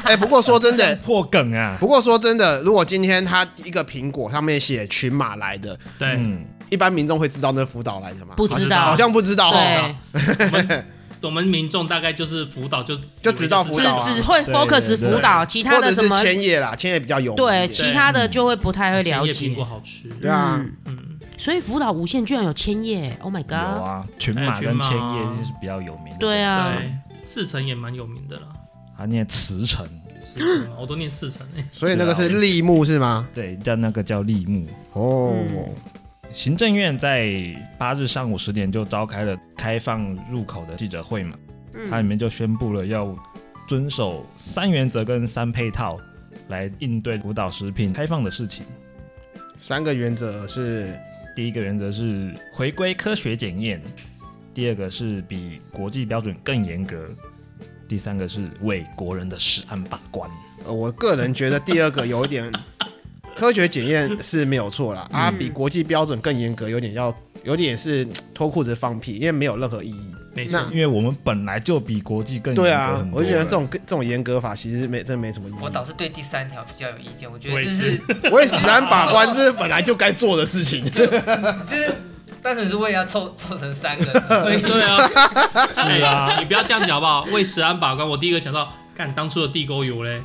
[SPEAKER 5] 哎、不过说真的、
[SPEAKER 1] 破梗啊！
[SPEAKER 5] 不过说真的，如果今天他一个苹果上面写群马来的，
[SPEAKER 2] 对，
[SPEAKER 1] 嗯，
[SPEAKER 5] 一般民众会知道那福岛来的吗？
[SPEAKER 3] 不知
[SPEAKER 5] 好
[SPEAKER 3] 道，
[SPEAKER 5] 像不知道哦。
[SPEAKER 3] 对，
[SPEAKER 2] 我们我们民众大概就是福岛就
[SPEAKER 5] 就只到
[SPEAKER 2] 以
[SPEAKER 5] 福
[SPEAKER 2] 为
[SPEAKER 5] 岛啊
[SPEAKER 3] 只只会
[SPEAKER 1] 对
[SPEAKER 3] focus
[SPEAKER 1] 对对
[SPEAKER 3] 辅导，其他
[SPEAKER 5] 或
[SPEAKER 3] 的
[SPEAKER 5] 者
[SPEAKER 3] 什
[SPEAKER 5] 是
[SPEAKER 3] 么
[SPEAKER 5] 千叶啦，千叶比较有名。
[SPEAKER 3] 对，
[SPEAKER 2] 对
[SPEAKER 3] 其他的就会不太会
[SPEAKER 2] 就是
[SPEAKER 3] 了
[SPEAKER 2] 千叶
[SPEAKER 3] 解
[SPEAKER 2] 苹。果好吃，
[SPEAKER 5] 对啊
[SPEAKER 3] 嗯，所以福岛无限居然有千叶，Oh my
[SPEAKER 1] 有
[SPEAKER 3] god！
[SPEAKER 1] 啊，群
[SPEAKER 2] 哎
[SPEAKER 1] 马
[SPEAKER 2] 群
[SPEAKER 1] 跟
[SPEAKER 2] 马
[SPEAKER 1] 千叶就是比较有名的。
[SPEAKER 3] 对啊
[SPEAKER 1] 是
[SPEAKER 2] 对，赤城也蛮有名的啦，
[SPEAKER 1] 它念茨城，
[SPEAKER 2] 赤城嘛我都念赤城哎，
[SPEAKER 5] 所以那个是立木是吗？
[SPEAKER 1] 对，叫那个叫立木。
[SPEAKER 5] 哦，
[SPEAKER 3] 嗯
[SPEAKER 1] 行政院在八日上午十点就召开了开放入口的记者会嘛，
[SPEAKER 3] 嗯
[SPEAKER 1] 它里面就宣布了要遵守三原则跟三配套来应对福岛食品开放的事情。
[SPEAKER 5] 三个原则是
[SPEAKER 1] 第一个原则是回归科学检验，第二个是比国际标准更严格，第三个是为国人的食安把关。
[SPEAKER 5] 呃，我个人觉得第二个有一点 科学检验是没有错啦，啊，
[SPEAKER 3] 嗯
[SPEAKER 5] 比国际标准更严格，有点要有点是脱裤子放屁，因为没有任何意义。
[SPEAKER 2] 没
[SPEAKER 5] 那
[SPEAKER 2] 错，
[SPEAKER 1] 因为我们本来就比国际更严
[SPEAKER 5] 对
[SPEAKER 1] 格
[SPEAKER 5] 啊
[SPEAKER 1] 很，多
[SPEAKER 5] 我就觉
[SPEAKER 1] 了
[SPEAKER 5] 得这种这种严格法其实没真的没什么意义。
[SPEAKER 4] 我倒是对第三条比较有意见，我觉
[SPEAKER 2] 我
[SPEAKER 4] 得
[SPEAKER 2] 也
[SPEAKER 4] 就是是
[SPEAKER 5] 我也死安把关，这是本来就该做的事情。
[SPEAKER 4] 就是单纯是为了要凑凑成三个，所以
[SPEAKER 2] 对啊，
[SPEAKER 1] 是啊
[SPEAKER 2] 哎你不要这样讲好不好？为食安把关，我第一个想到，干当初的地沟油嘞，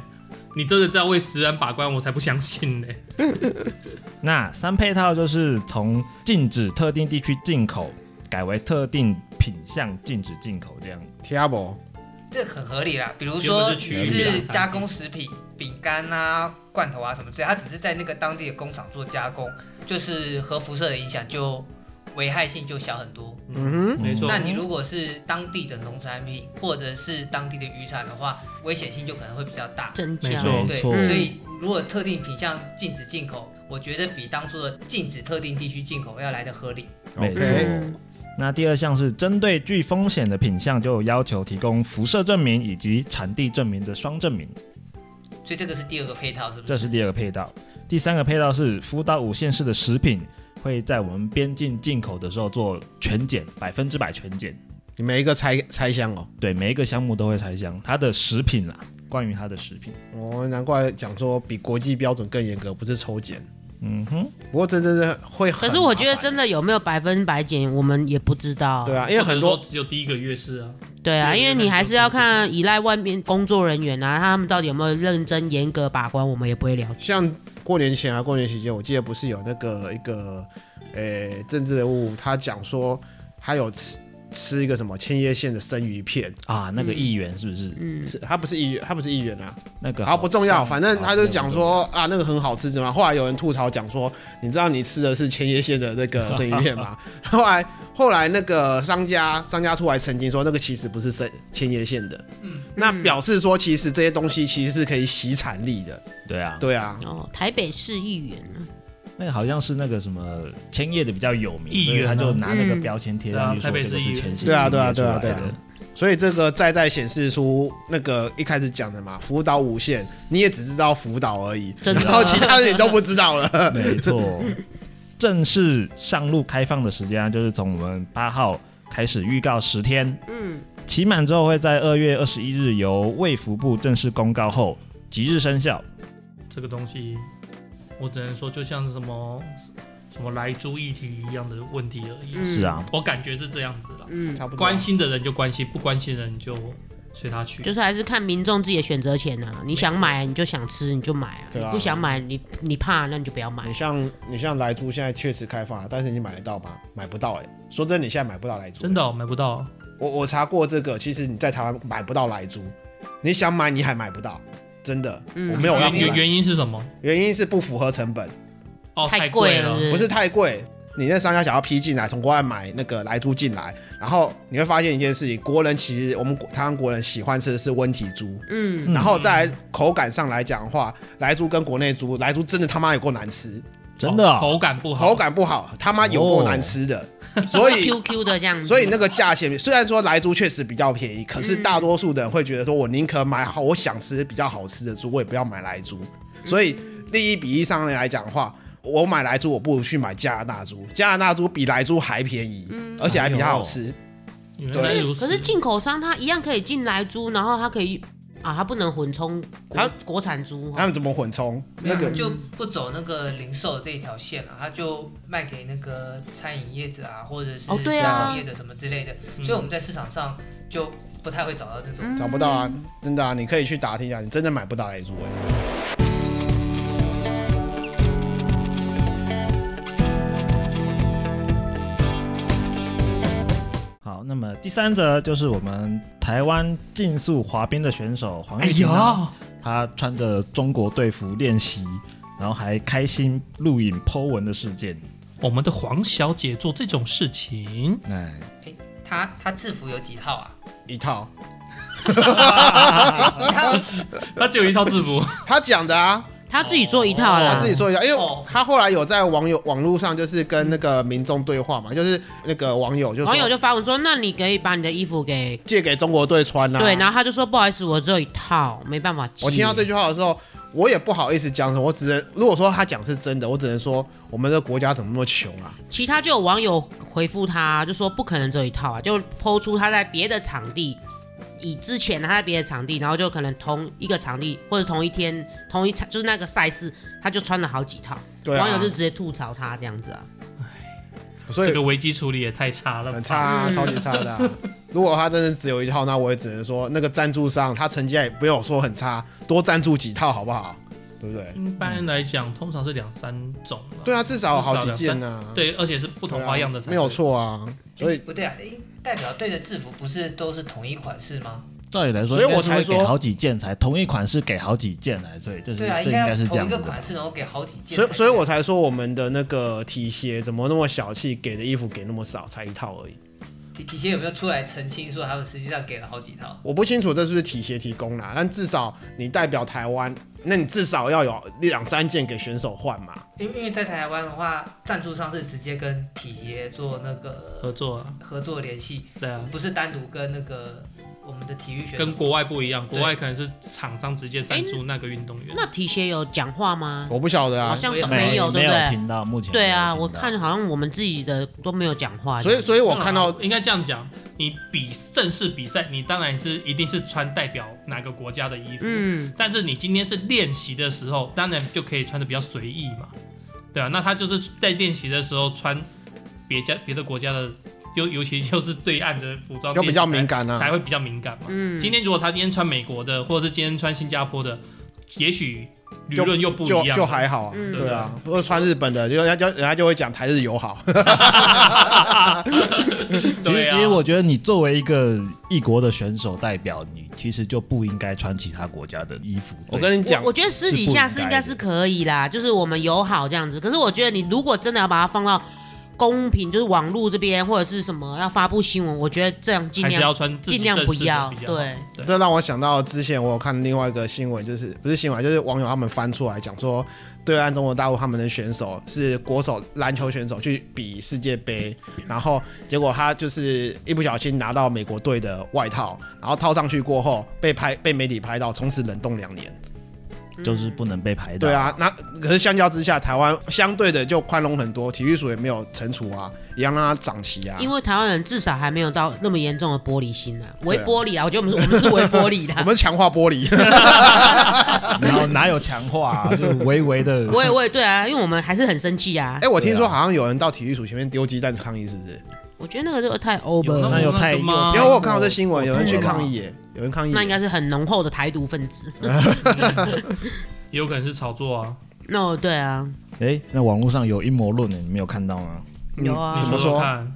[SPEAKER 2] 你真的在为食安把关，我才不相信嘞。
[SPEAKER 1] 那三配套就是从禁止特定地区进口改为特定品项禁止进口这样。
[SPEAKER 5] 天啊不，
[SPEAKER 4] 这很合理啦。比如
[SPEAKER 2] 原本
[SPEAKER 4] 说
[SPEAKER 2] 是区
[SPEAKER 5] 域
[SPEAKER 4] 你
[SPEAKER 5] 啊
[SPEAKER 4] 是加工食品、饼干啊、罐头啊什么之类，它只是在那个当地的工厂做加工，就是核辐射的影响就危害性就小很多。
[SPEAKER 5] 嗯
[SPEAKER 2] 没错，
[SPEAKER 4] 那你如果是当地的农产品或者是当地的渔产的话，危险性就可能会比较大。
[SPEAKER 3] 真
[SPEAKER 2] 没
[SPEAKER 3] 假？
[SPEAKER 2] 错
[SPEAKER 4] 对，
[SPEAKER 1] 错
[SPEAKER 4] 所以如果特定品项禁止进口，我觉得比当初的禁止特定地区进口要来的合理。
[SPEAKER 5] 哼
[SPEAKER 1] 没
[SPEAKER 5] ，OK，
[SPEAKER 1] 错
[SPEAKER 3] 嗯
[SPEAKER 1] 那第二项是针对具风险的品项，就要求提供辐射证明以及产地证明的双证明，
[SPEAKER 4] 所以这个是第二个配套，是不
[SPEAKER 1] 这是第二个配套。第三个配套是福岛五县市的食品会在我们边境进口的时候做全检，百分之百全检。
[SPEAKER 5] 你每一个拆拆箱哦。
[SPEAKER 1] 对，每一个项目都会拆箱，它的食品啦，关于它的食品。
[SPEAKER 5] 哦，难怪讲说比国际标准更严格，不是抽检。
[SPEAKER 1] 嗯哼，
[SPEAKER 5] 不过这真的会很麻
[SPEAKER 3] 可
[SPEAKER 5] 烦，
[SPEAKER 3] 是我觉得真的有没有百分百减，我们也不知道。
[SPEAKER 5] 对啊，因为很
[SPEAKER 2] 或
[SPEAKER 5] 多
[SPEAKER 2] 者说只有第一个月是啊，
[SPEAKER 3] 对啊，
[SPEAKER 2] 对
[SPEAKER 3] 因为你还是要看依赖外面工作人员啊，他们到底有没有认真严格把关，我们也不会了解。
[SPEAKER 5] 像过年前啊，过年期间，我记得不是有那个一个呃、政治人物，他讲说他有吃吃一个什么千叶县的生鱼片，
[SPEAKER 1] 啊，那个议员是不是、
[SPEAKER 3] 嗯，
[SPEAKER 5] 是他不是议员，他不是议员啊，
[SPEAKER 1] 那个
[SPEAKER 5] 好不重要，
[SPEAKER 1] 像
[SPEAKER 5] 反正
[SPEAKER 1] 好
[SPEAKER 5] 他就
[SPEAKER 1] 那个
[SPEAKER 5] 讲
[SPEAKER 1] 不重要
[SPEAKER 5] 说啊那个很好吃，怎么样？后来有人吐槽讲说，你知道你吃的是千叶县的那个生鱼 片吗？后来后来那个商家商家出来澄清说，那个其实不是生千叶县的，
[SPEAKER 4] 嗯
[SPEAKER 5] 那表示说其实这些东西其实是可以洗产力的，
[SPEAKER 1] 对啊，
[SPEAKER 5] 对啊，
[SPEAKER 3] 哦，台北市议员啊，
[SPEAKER 1] 那个好像是那个什么千叶的比较有名，
[SPEAKER 2] 议
[SPEAKER 1] 所以
[SPEAKER 2] 员
[SPEAKER 1] 他
[SPEAKER 2] 啊
[SPEAKER 1] 就拿那个
[SPEAKER 3] 嗯
[SPEAKER 1] 标签贴
[SPEAKER 2] 对啊
[SPEAKER 1] 上去说
[SPEAKER 2] 台北
[SPEAKER 1] 这个
[SPEAKER 2] 市
[SPEAKER 1] 是
[SPEAKER 2] 议员
[SPEAKER 1] 千叶
[SPEAKER 5] 对啊对啊
[SPEAKER 1] 千叶
[SPEAKER 5] 对啊
[SPEAKER 1] 出来的
[SPEAKER 5] 对啊所以这个再再显示出那个一开始讲的嘛，福岛五线，你也只知道福岛而已，
[SPEAKER 3] 真的
[SPEAKER 5] 然后其他的你 都不知道了。
[SPEAKER 1] 没错。正式上路开放的时间啊就是从我们八号开始预告十天，
[SPEAKER 3] 嗯，
[SPEAKER 1] 期满之后会在二月二十一日由卫福部正式公告后即日生效。
[SPEAKER 2] 嗯这个东西，我只能说就像是什么什么来猪议题一样的问题而已啊、
[SPEAKER 3] 嗯
[SPEAKER 1] 是啊，
[SPEAKER 2] 我感觉是这样子啦，
[SPEAKER 3] 嗯，
[SPEAKER 5] 差不多
[SPEAKER 2] 关心的人就关心，不关心的人就随他去。
[SPEAKER 3] 就是还是看民众自己的选择权啊，你想买你就想吃你就买啊，
[SPEAKER 5] 对啊
[SPEAKER 3] 你不想买你你怕那你就不要买
[SPEAKER 5] 你。像你像莱猪现在确实开放了，但是你买得到吗？买不到哎、说真的，你现在买不到莱猪、欸
[SPEAKER 2] 真的、哦、买不到哦、
[SPEAKER 5] 我我查过这个，其实你在台湾买不到莱猪，你想买你还买不到，真的。
[SPEAKER 3] 嗯
[SPEAKER 5] 我没有要
[SPEAKER 2] 原
[SPEAKER 5] 胡
[SPEAKER 2] 原
[SPEAKER 5] 来
[SPEAKER 2] 原因是什么？
[SPEAKER 5] 原因是不符合成本，
[SPEAKER 2] 哦，
[SPEAKER 3] 太
[SPEAKER 2] 贵
[SPEAKER 3] 贵了是不是
[SPEAKER 5] 不是太贵。你那商家想要批进来，从国外买那个莱猪进来，然后你会发现一件事情：国人其实我们国台湾国人喜欢吃的是温体猪，
[SPEAKER 3] 嗯，
[SPEAKER 1] 嗯
[SPEAKER 5] 然后再来口感上来讲的话，莱猪跟国内猪，莱猪真的他妈有够难吃，
[SPEAKER 1] 真的哦、
[SPEAKER 2] 口感不好，哦
[SPEAKER 5] 口感不好，他妈有够难吃的，所以。
[SPEAKER 3] QQ 的这样子，
[SPEAKER 5] 所以那个价钱，虽然说莱猪确实比较便宜，可是大多数的人会觉得说，我宁可买好我想吃比较好吃的猪，我也不要买莱猪。
[SPEAKER 2] 嗯
[SPEAKER 5] 所以利益比例上来讲的话，我买莱猪，我不如去买加拿大猪，加拿大猪比莱猪还便宜，
[SPEAKER 2] 嗯
[SPEAKER 5] 而且还比它好
[SPEAKER 2] 哎
[SPEAKER 5] 吃。
[SPEAKER 2] 原
[SPEAKER 5] 对
[SPEAKER 2] 来
[SPEAKER 3] 可
[SPEAKER 2] 如
[SPEAKER 3] 是
[SPEAKER 2] 此。
[SPEAKER 3] 可是进口商他一样可以进来猪，然后他可以啊，他不能混充国
[SPEAKER 5] 他
[SPEAKER 3] 国产猪
[SPEAKER 5] 他
[SPEAKER 3] 哈，
[SPEAKER 5] 们怎么混充？
[SPEAKER 4] 没
[SPEAKER 5] 那
[SPEAKER 4] 有
[SPEAKER 2] 嗯
[SPEAKER 5] 个
[SPEAKER 4] 就不走那个零售这一条线了，他就卖给那个餐饮业者啊，或者是
[SPEAKER 3] 哦对
[SPEAKER 4] 加
[SPEAKER 3] 啊
[SPEAKER 4] 工业者什么之类的，
[SPEAKER 2] 嗯
[SPEAKER 4] 所以我们在市场上就不太会找到这
[SPEAKER 3] 嗯
[SPEAKER 4] 种。
[SPEAKER 5] 找不到啊，真的啊，你可以去打听一下，你真的买不到莱猪哎、
[SPEAKER 1] 好，那么第三则就是我们台湾竞速滑冰的选手黄
[SPEAKER 2] 哎
[SPEAKER 1] 玉婷啊、
[SPEAKER 2] 呀，
[SPEAKER 1] 他穿着中国队服练习，然后还开心录影 Po 文的事件。
[SPEAKER 2] 我们的黄小姐做这种事情，
[SPEAKER 1] 哎，
[SPEAKER 4] 他他制服有几套啊？
[SPEAKER 5] 一套。
[SPEAKER 4] 他
[SPEAKER 2] 她只有一套制服，
[SPEAKER 5] 他讲的啊，
[SPEAKER 3] 他自己做一套啦，
[SPEAKER 5] 他自己说一下，因为
[SPEAKER 4] 哦
[SPEAKER 5] 他后来有在网友网络上就是跟那个民众对话嘛，就是那个网友就说
[SPEAKER 3] 网友就发文说，那你可以把你的衣服给
[SPEAKER 5] 借给中国队穿啦、
[SPEAKER 3] 对，然后他就说不好意思，我只有一套，没办法借。
[SPEAKER 5] 我听到这句话的时候，我也不好意思讲什么，我只能如果说他讲是真的，我只能说我们这个国家怎么那么穷啊？
[SPEAKER 3] 其他就有网友回复他，就说不可能只有一套啊，就抛出他在别的场地，以之前他在别的场地，然后就可能同一个场地或者同一天同一场，就是那个赛事，他就穿了好几套，
[SPEAKER 5] 对啊，
[SPEAKER 3] 网友就直接吐槽他这样子啊。
[SPEAKER 5] 所
[SPEAKER 2] 这
[SPEAKER 5] 以
[SPEAKER 2] 个危机处理也太差了吧，
[SPEAKER 5] 很差、啊，
[SPEAKER 3] 嗯
[SPEAKER 5] 超级差的啊、 如果他真的只有一套，那我也只能说那个赞助商他成绩也没有说很差，多赞助几套好不好？对
[SPEAKER 3] 嗯
[SPEAKER 5] 不对？
[SPEAKER 2] 一般来讲，通常是两三种了。
[SPEAKER 5] 对啊，至少有好几件呢、啊。
[SPEAKER 2] 对，而且是不同
[SPEAKER 5] 对啊
[SPEAKER 2] 花样的才
[SPEAKER 5] 没有
[SPEAKER 2] 对。
[SPEAKER 5] 错啊。所以
[SPEAKER 4] 不对啊，诶代表队的制服不是都是同一款式吗？
[SPEAKER 1] 照理来说，
[SPEAKER 5] 所以我
[SPEAKER 1] 应该是会
[SPEAKER 5] 才说
[SPEAKER 1] 给好几件才同一款式给好几件来，所以这是
[SPEAKER 4] 对啊，
[SPEAKER 1] 这
[SPEAKER 4] 应
[SPEAKER 1] 应
[SPEAKER 4] 该
[SPEAKER 1] 该是这
[SPEAKER 4] 同
[SPEAKER 1] 样
[SPEAKER 4] 一
[SPEAKER 1] 子
[SPEAKER 4] 个
[SPEAKER 1] 的吧
[SPEAKER 4] 款。式，然后给好几件才
[SPEAKER 5] 所
[SPEAKER 4] 对。
[SPEAKER 5] 以所以我才说我们的那个体协怎么那么小气，给的衣服给那么少，才一套而已。
[SPEAKER 4] 体体协有没有出来澄清说他们实际上给了好几套？
[SPEAKER 5] 我不清楚这是不是体协提供啦，但至少你代表台湾，那你至少要有两三件给选手换嘛。
[SPEAKER 4] 因为因为在台湾的话，赞助商是直接跟体协做那
[SPEAKER 2] 合
[SPEAKER 4] 个
[SPEAKER 2] 作啊，
[SPEAKER 4] 合作联系，
[SPEAKER 2] 对啊，
[SPEAKER 4] 不是单独跟那个我们的体育选手
[SPEAKER 2] 跟国外不一样，国
[SPEAKER 4] 对
[SPEAKER 2] 外可能是厂商直接赞助那个运动员。
[SPEAKER 3] 那体协有讲话吗？
[SPEAKER 5] 我不晓得
[SPEAKER 3] 好
[SPEAKER 5] 啊，
[SPEAKER 3] 像
[SPEAKER 4] 没有
[SPEAKER 3] 没有，
[SPEAKER 1] 嗯没
[SPEAKER 3] 对不
[SPEAKER 1] 有
[SPEAKER 3] 对？
[SPEAKER 1] 听到目前没有
[SPEAKER 3] 对啊，
[SPEAKER 1] 听
[SPEAKER 3] 我
[SPEAKER 1] 到
[SPEAKER 3] 看好像我们自己的都啊没有讲话，
[SPEAKER 5] 所以所以我看到
[SPEAKER 2] 当然应该这样讲，你比正式比赛，你当然是一定是穿代表哪个国家的衣服，
[SPEAKER 3] 嗯，
[SPEAKER 2] 但是你今天是练习的时候，当然就可以穿的比较随意嘛，对啊，那他就是在练习的时候穿别家别的国家的，尤尤其就是对岸的服装，
[SPEAKER 5] 就比较敏
[SPEAKER 2] 感、
[SPEAKER 5] 感啊。
[SPEAKER 2] 才会比较敏感嘛。
[SPEAKER 3] 嗯
[SPEAKER 2] 今天如果他今天穿美国的，或者是今天穿新加坡的，也许舆论又不一
[SPEAKER 5] 就
[SPEAKER 2] 样了
[SPEAKER 5] 就还好啊，
[SPEAKER 3] 嗯
[SPEAKER 5] 对啊，不过穿日本的，就人家就人家就会讲台日友好，
[SPEAKER 1] 其
[SPEAKER 2] 对
[SPEAKER 1] 实，
[SPEAKER 2] 啊
[SPEAKER 1] 其实我觉得你作为一个异国的选手代表，你其实就不应该穿其他国家的衣服。
[SPEAKER 5] 我
[SPEAKER 1] 对
[SPEAKER 5] 跟你讲
[SPEAKER 3] 我我，觉得私底下是应该是可以啦，就是我们友好这样子。可是我觉得你如果真的要把它放到公平，就是网络这边或者是什么要发布新闻，我觉得这样尽
[SPEAKER 2] 还是
[SPEAKER 3] 量
[SPEAKER 2] 要穿自己
[SPEAKER 3] 尽量
[SPEAKER 2] 正
[SPEAKER 3] 不
[SPEAKER 2] 式的
[SPEAKER 3] 要
[SPEAKER 2] 比较好
[SPEAKER 3] 对，
[SPEAKER 2] 对
[SPEAKER 5] 这让我想到之前我有看另外一个新闻，就是不是新闻，就是网友他们翻出来讲说，对岸中国大陆他们的选手是国手篮球选手去比世界杯，然后结果他就是一不小心拿到美国队的外套，然后套上去过后被拍被媒体拍到，从此冷冻两年。
[SPEAKER 1] 就是不能被排到。
[SPEAKER 5] 对啊，那可是相较之下，台湾相对的就宽容很多，体育署也没有惩处啊，也让它长齐啊。
[SPEAKER 3] 因为台湾人至少还没有到那么严重的玻璃心啊，
[SPEAKER 5] 啊
[SPEAKER 3] 微玻璃啊，我觉得我们是我们 是微玻璃
[SPEAKER 5] 我
[SPEAKER 3] 的。
[SPEAKER 5] 们强化玻璃，
[SPEAKER 1] 然后哪有强化、啊，就微微的。
[SPEAKER 3] 我也我也对啊，因为我们还是很生气啊
[SPEAKER 5] 哎、。我听
[SPEAKER 1] 对
[SPEAKER 5] 说
[SPEAKER 1] 啊
[SPEAKER 5] 好像有人到体育署前面丢鸡蛋抗议，是不是？
[SPEAKER 3] 我觉得那个就太
[SPEAKER 2] 有
[SPEAKER 3] over
[SPEAKER 2] 那
[SPEAKER 1] 那
[SPEAKER 2] 么
[SPEAKER 3] 了，
[SPEAKER 1] 又太
[SPEAKER 2] 那个吗
[SPEAKER 1] 又
[SPEAKER 3] 啊
[SPEAKER 5] 因
[SPEAKER 1] 太
[SPEAKER 5] 为我有看到这新闻，有人去
[SPEAKER 1] 过头了吧
[SPEAKER 5] 抗议耶，有人抗议耶。
[SPEAKER 3] 那应该是很浓厚的台独分子。
[SPEAKER 2] 也有可能是炒作啊。
[SPEAKER 3] 那我对啊，
[SPEAKER 1] 哎，那网络上有阴谋论，你没有看到吗？
[SPEAKER 5] 嗯
[SPEAKER 3] 有啊
[SPEAKER 2] 你
[SPEAKER 5] 怎么
[SPEAKER 2] 说
[SPEAKER 5] 说？
[SPEAKER 2] 看？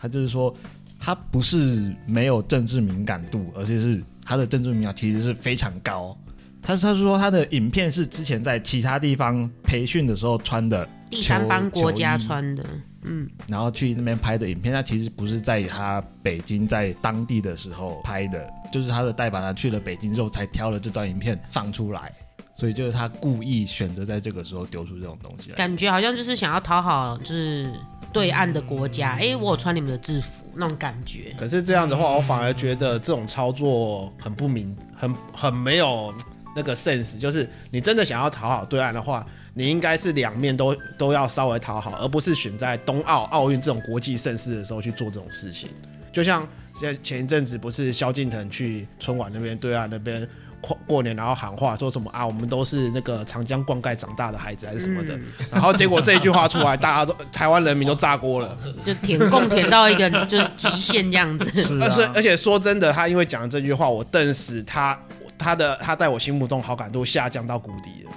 [SPEAKER 1] 他就是说，他不是没有政治敏感度，而且是他的政治敏感其实是非常高。他是他是说他的影片是之前在其他地方培训的时候穿的，
[SPEAKER 3] 第三方国家
[SPEAKER 1] 球衣
[SPEAKER 3] 穿的，嗯，
[SPEAKER 1] 然后去那边拍的影片，他其实不是在他北京在当地的时候拍的，就是他的代把他去了北京之后才挑了这段影片放出来，所以就是他故意选择在这个时候丢出这种东西 来。
[SPEAKER 3] 感觉好像就是想要讨好就是对岸的国家，
[SPEAKER 5] 嗯
[SPEAKER 3] 哎、我有穿你们的制服那种感觉。
[SPEAKER 5] 可是这样的话，我反而觉得这种操作很不明，很很没有那个 sense。就是你真的想要讨好对岸的话，你应该是两面都都要稍微讨好，而不是选在冬奥、奥运这种国际盛事的时候去做这种事情。就像前前一阵子不是萧敬腾去春晚那边对岸那边。过过年，然后喊话说什么啊？我们都是那个长江灌溉长大的孩子，还是什么
[SPEAKER 3] 嗯
[SPEAKER 5] 的。然后结果这一句话出来，大家都台湾人民都炸锅了。
[SPEAKER 3] 就舔共舔到一个就是极限这样 子。
[SPEAKER 1] 是
[SPEAKER 5] 而且
[SPEAKER 1] 啊，
[SPEAKER 5] 而且说真的，他因为讲了这句话，我顿时他他的他在我心目中好感度下降到谷底了。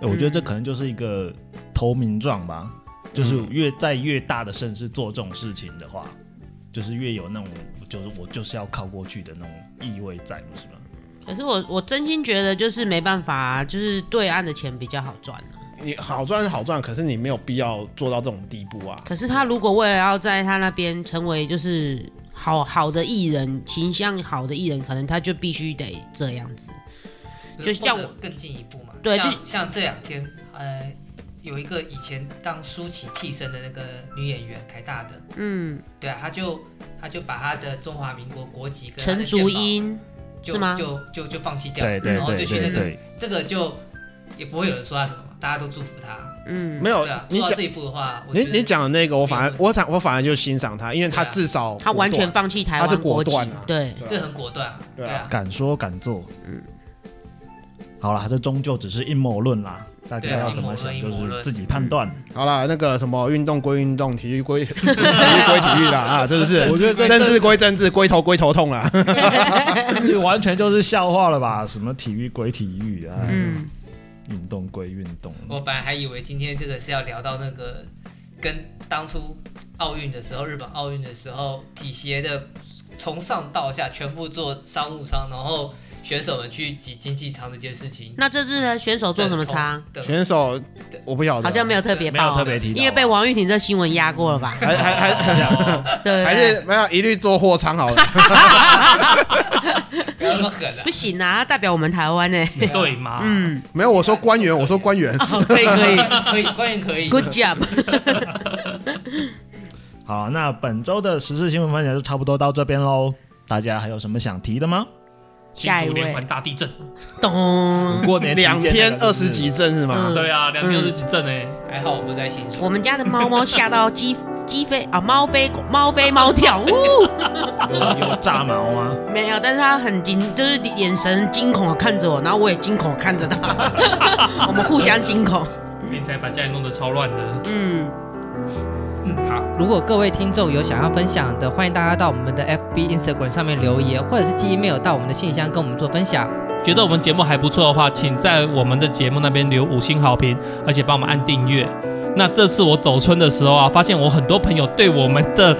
[SPEAKER 1] 我觉得这可能就是一个投名状吧，就是越在越大的盛世做这种事情的话，就是越有那种就是我就是要靠过去的那种意味在，不是吗？
[SPEAKER 3] 可是我我真心觉得就是没办法、啊，就是对岸的钱比较好赚、啊、
[SPEAKER 5] 你好赚是好赚，可是你没有必要做到这种地步啊。
[SPEAKER 3] 可是他如果为了要在他那边成为就是
[SPEAKER 5] 啊
[SPEAKER 3] 好好的艺人，形象好的艺人，可能他就必须得这样子。就是像
[SPEAKER 4] 或
[SPEAKER 3] 我
[SPEAKER 4] 者更进一步嘛，
[SPEAKER 3] 对
[SPEAKER 4] 像
[SPEAKER 3] 就
[SPEAKER 4] 像这两天呃有一个以前当舒淇替身的那个女演员台大的，
[SPEAKER 3] 嗯，
[SPEAKER 4] 对啊，她就她就把她的中华民国国籍跟她
[SPEAKER 3] 陈
[SPEAKER 4] 的
[SPEAKER 3] 竹
[SPEAKER 4] 健保
[SPEAKER 3] 英
[SPEAKER 4] 就是
[SPEAKER 3] 吗
[SPEAKER 4] 就就就放弃掉，
[SPEAKER 1] 对对
[SPEAKER 4] 然后就
[SPEAKER 1] 对
[SPEAKER 4] 去那
[SPEAKER 1] 对
[SPEAKER 4] 个
[SPEAKER 1] 对，
[SPEAKER 4] 这个就也不会有人说她什么嘛，大家都祝福她。
[SPEAKER 3] 嗯，
[SPEAKER 5] 没有
[SPEAKER 4] 对啊，
[SPEAKER 5] 哦你
[SPEAKER 4] 做到
[SPEAKER 5] 讲
[SPEAKER 4] 这一步的话，我
[SPEAKER 5] 你
[SPEAKER 4] 觉得
[SPEAKER 5] 你讲的那个，我反而
[SPEAKER 4] 没有
[SPEAKER 5] 我反我反而就欣赏他，因为他
[SPEAKER 4] 对啊
[SPEAKER 5] 至少
[SPEAKER 3] 他完全放弃台
[SPEAKER 5] 他是
[SPEAKER 3] 湾
[SPEAKER 5] 果
[SPEAKER 3] 国籍
[SPEAKER 5] 断啊，
[SPEAKER 3] 对，
[SPEAKER 4] 这很果断啊，
[SPEAKER 5] 对
[SPEAKER 4] 对
[SPEAKER 5] 啊
[SPEAKER 4] 啊，
[SPEAKER 1] 敢说敢做。
[SPEAKER 3] 嗯
[SPEAKER 1] 好啦，这终究只是阴谋论啦，大
[SPEAKER 4] 对
[SPEAKER 1] 家
[SPEAKER 4] 啊
[SPEAKER 1] 要怎么想
[SPEAKER 4] 阴
[SPEAKER 1] 就
[SPEAKER 4] 谋论啊阴谋
[SPEAKER 1] 是
[SPEAKER 4] 论
[SPEAKER 1] 自己判断。
[SPEAKER 5] 啊好了，那个什么运动归运动，体育归 体育归体育啦啊，真的 是
[SPEAKER 1] 我觉得这
[SPEAKER 5] 政治归政治，归头归头痛啦。
[SPEAKER 3] 嗯
[SPEAKER 1] 这完全就是笑话了吧？什么体育归体育啊，
[SPEAKER 3] 嗯，
[SPEAKER 1] 运动归运动。
[SPEAKER 4] 我本来还以为今天这个是要聊到那个跟当初奥运的时候，日本奥运的时候，体协的从上到下全部做商务舱，然后选手们去挤经济舱这件事情。
[SPEAKER 3] 那这次的选手做什么差？
[SPEAKER 4] 的？
[SPEAKER 5] 选手我不晓得，
[SPEAKER 3] 好像没有特别
[SPEAKER 1] 没有
[SPEAKER 3] 报
[SPEAKER 1] 特，别提到啊，
[SPEAKER 3] 因为被王玉婷这新闻压过了 吧？
[SPEAKER 5] 还还 还
[SPEAKER 2] 哎 还
[SPEAKER 3] 对不
[SPEAKER 5] 还
[SPEAKER 3] 对，
[SPEAKER 5] 是没有一律做货仓好了。
[SPEAKER 4] 不要那么狠了、
[SPEAKER 3] 不行啊，他代表我们台湾呢。
[SPEAKER 2] 对嘛？
[SPEAKER 3] 嗯，
[SPEAKER 5] 没有，我说官员，我说官员，
[SPEAKER 3] 哦，可以可以
[SPEAKER 4] 啊可以，关键可以。
[SPEAKER 3] ，Good job。
[SPEAKER 1] 好，那本周的时事新闻分享就差不多到这边喽。大家还有什么想提的吗？
[SPEAKER 2] 新
[SPEAKER 3] 下一
[SPEAKER 2] 竹连
[SPEAKER 3] 位
[SPEAKER 2] 环大地震，
[SPEAKER 3] 咚，
[SPEAKER 1] 过年期间
[SPEAKER 5] 两
[SPEAKER 1] 的
[SPEAKER 5] 天
[SPEAKER 1] 是不
[SPEAKER 5] 二
[SPEAKER 1] 是
[SPEAKER 5] 十几阵是吗？
[SPEAKER 2] 对啊，两天二十几震哎，
[SPEAKER 4] 还好我不在新
[SPEAKER 3] 我
[SPEAKER 4] 竹，
[SPEAKER 3] 们家的猫猫吓到鸡鸡飞啊，猫飞猫飞猫 跳，呜，
[SPEAKER 5] 嗯
[SPEAKER 1] 有有炸毛吗？
[SPEAKER 3] 没有，但是它很惊，就是眼神惊恐的看着我，然后我也惊恐地看着它， 我们互相惊恐。
[SPEAKER 2] 你才把家里弄得超乱的。
[SPEAKER 3] 嗯，
[SPEAKER 4] 嗯，好。如果各位听众有想要分享的，欢迎大家到我们的 FB、Instagram 上面留言，或者是寄 email 到我们的信箱跟我们做分享。
[SPEAKER 2] 觉得我们节目还不错的话，请在我们的节目那边留五星好评，而且帮我们按订阅。那这次我走村的时候啊，发现我很多朋友对我们的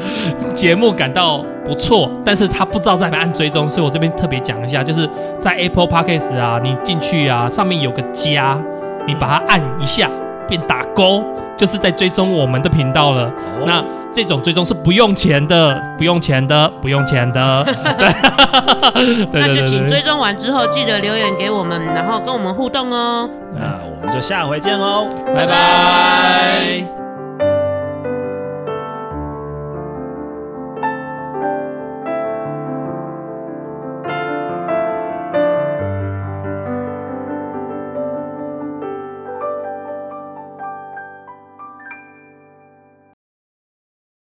[SPEAKER 2] 节目感到不错，但是他不知道在哪按追踪，所以我这边特别讲一下，就是在 Apple Podcast 啊，你进去啊，上面有个加，你把它按一下，变打勾，就是在追踪我们的频道了。
[SPEAKER 1] 哦
[SPEAKER 2] 那这种追踪是不用钱的，不用钱的，不用钱的。 对对
[SPEAKER 3] 那
[SPEAKER 2] 对
[SPEAKER 3] 就
[SPEAKER 2] 对
[SPEAKER 3] 请
[SPEAKER 2] 对
[SPEAKER 3] 追。踪完之后记得留言给我们，然后跟我们互动哦。
[SPEAKER 1] 那我们就下回见喽。
[SPEAKER 2] 拜拜。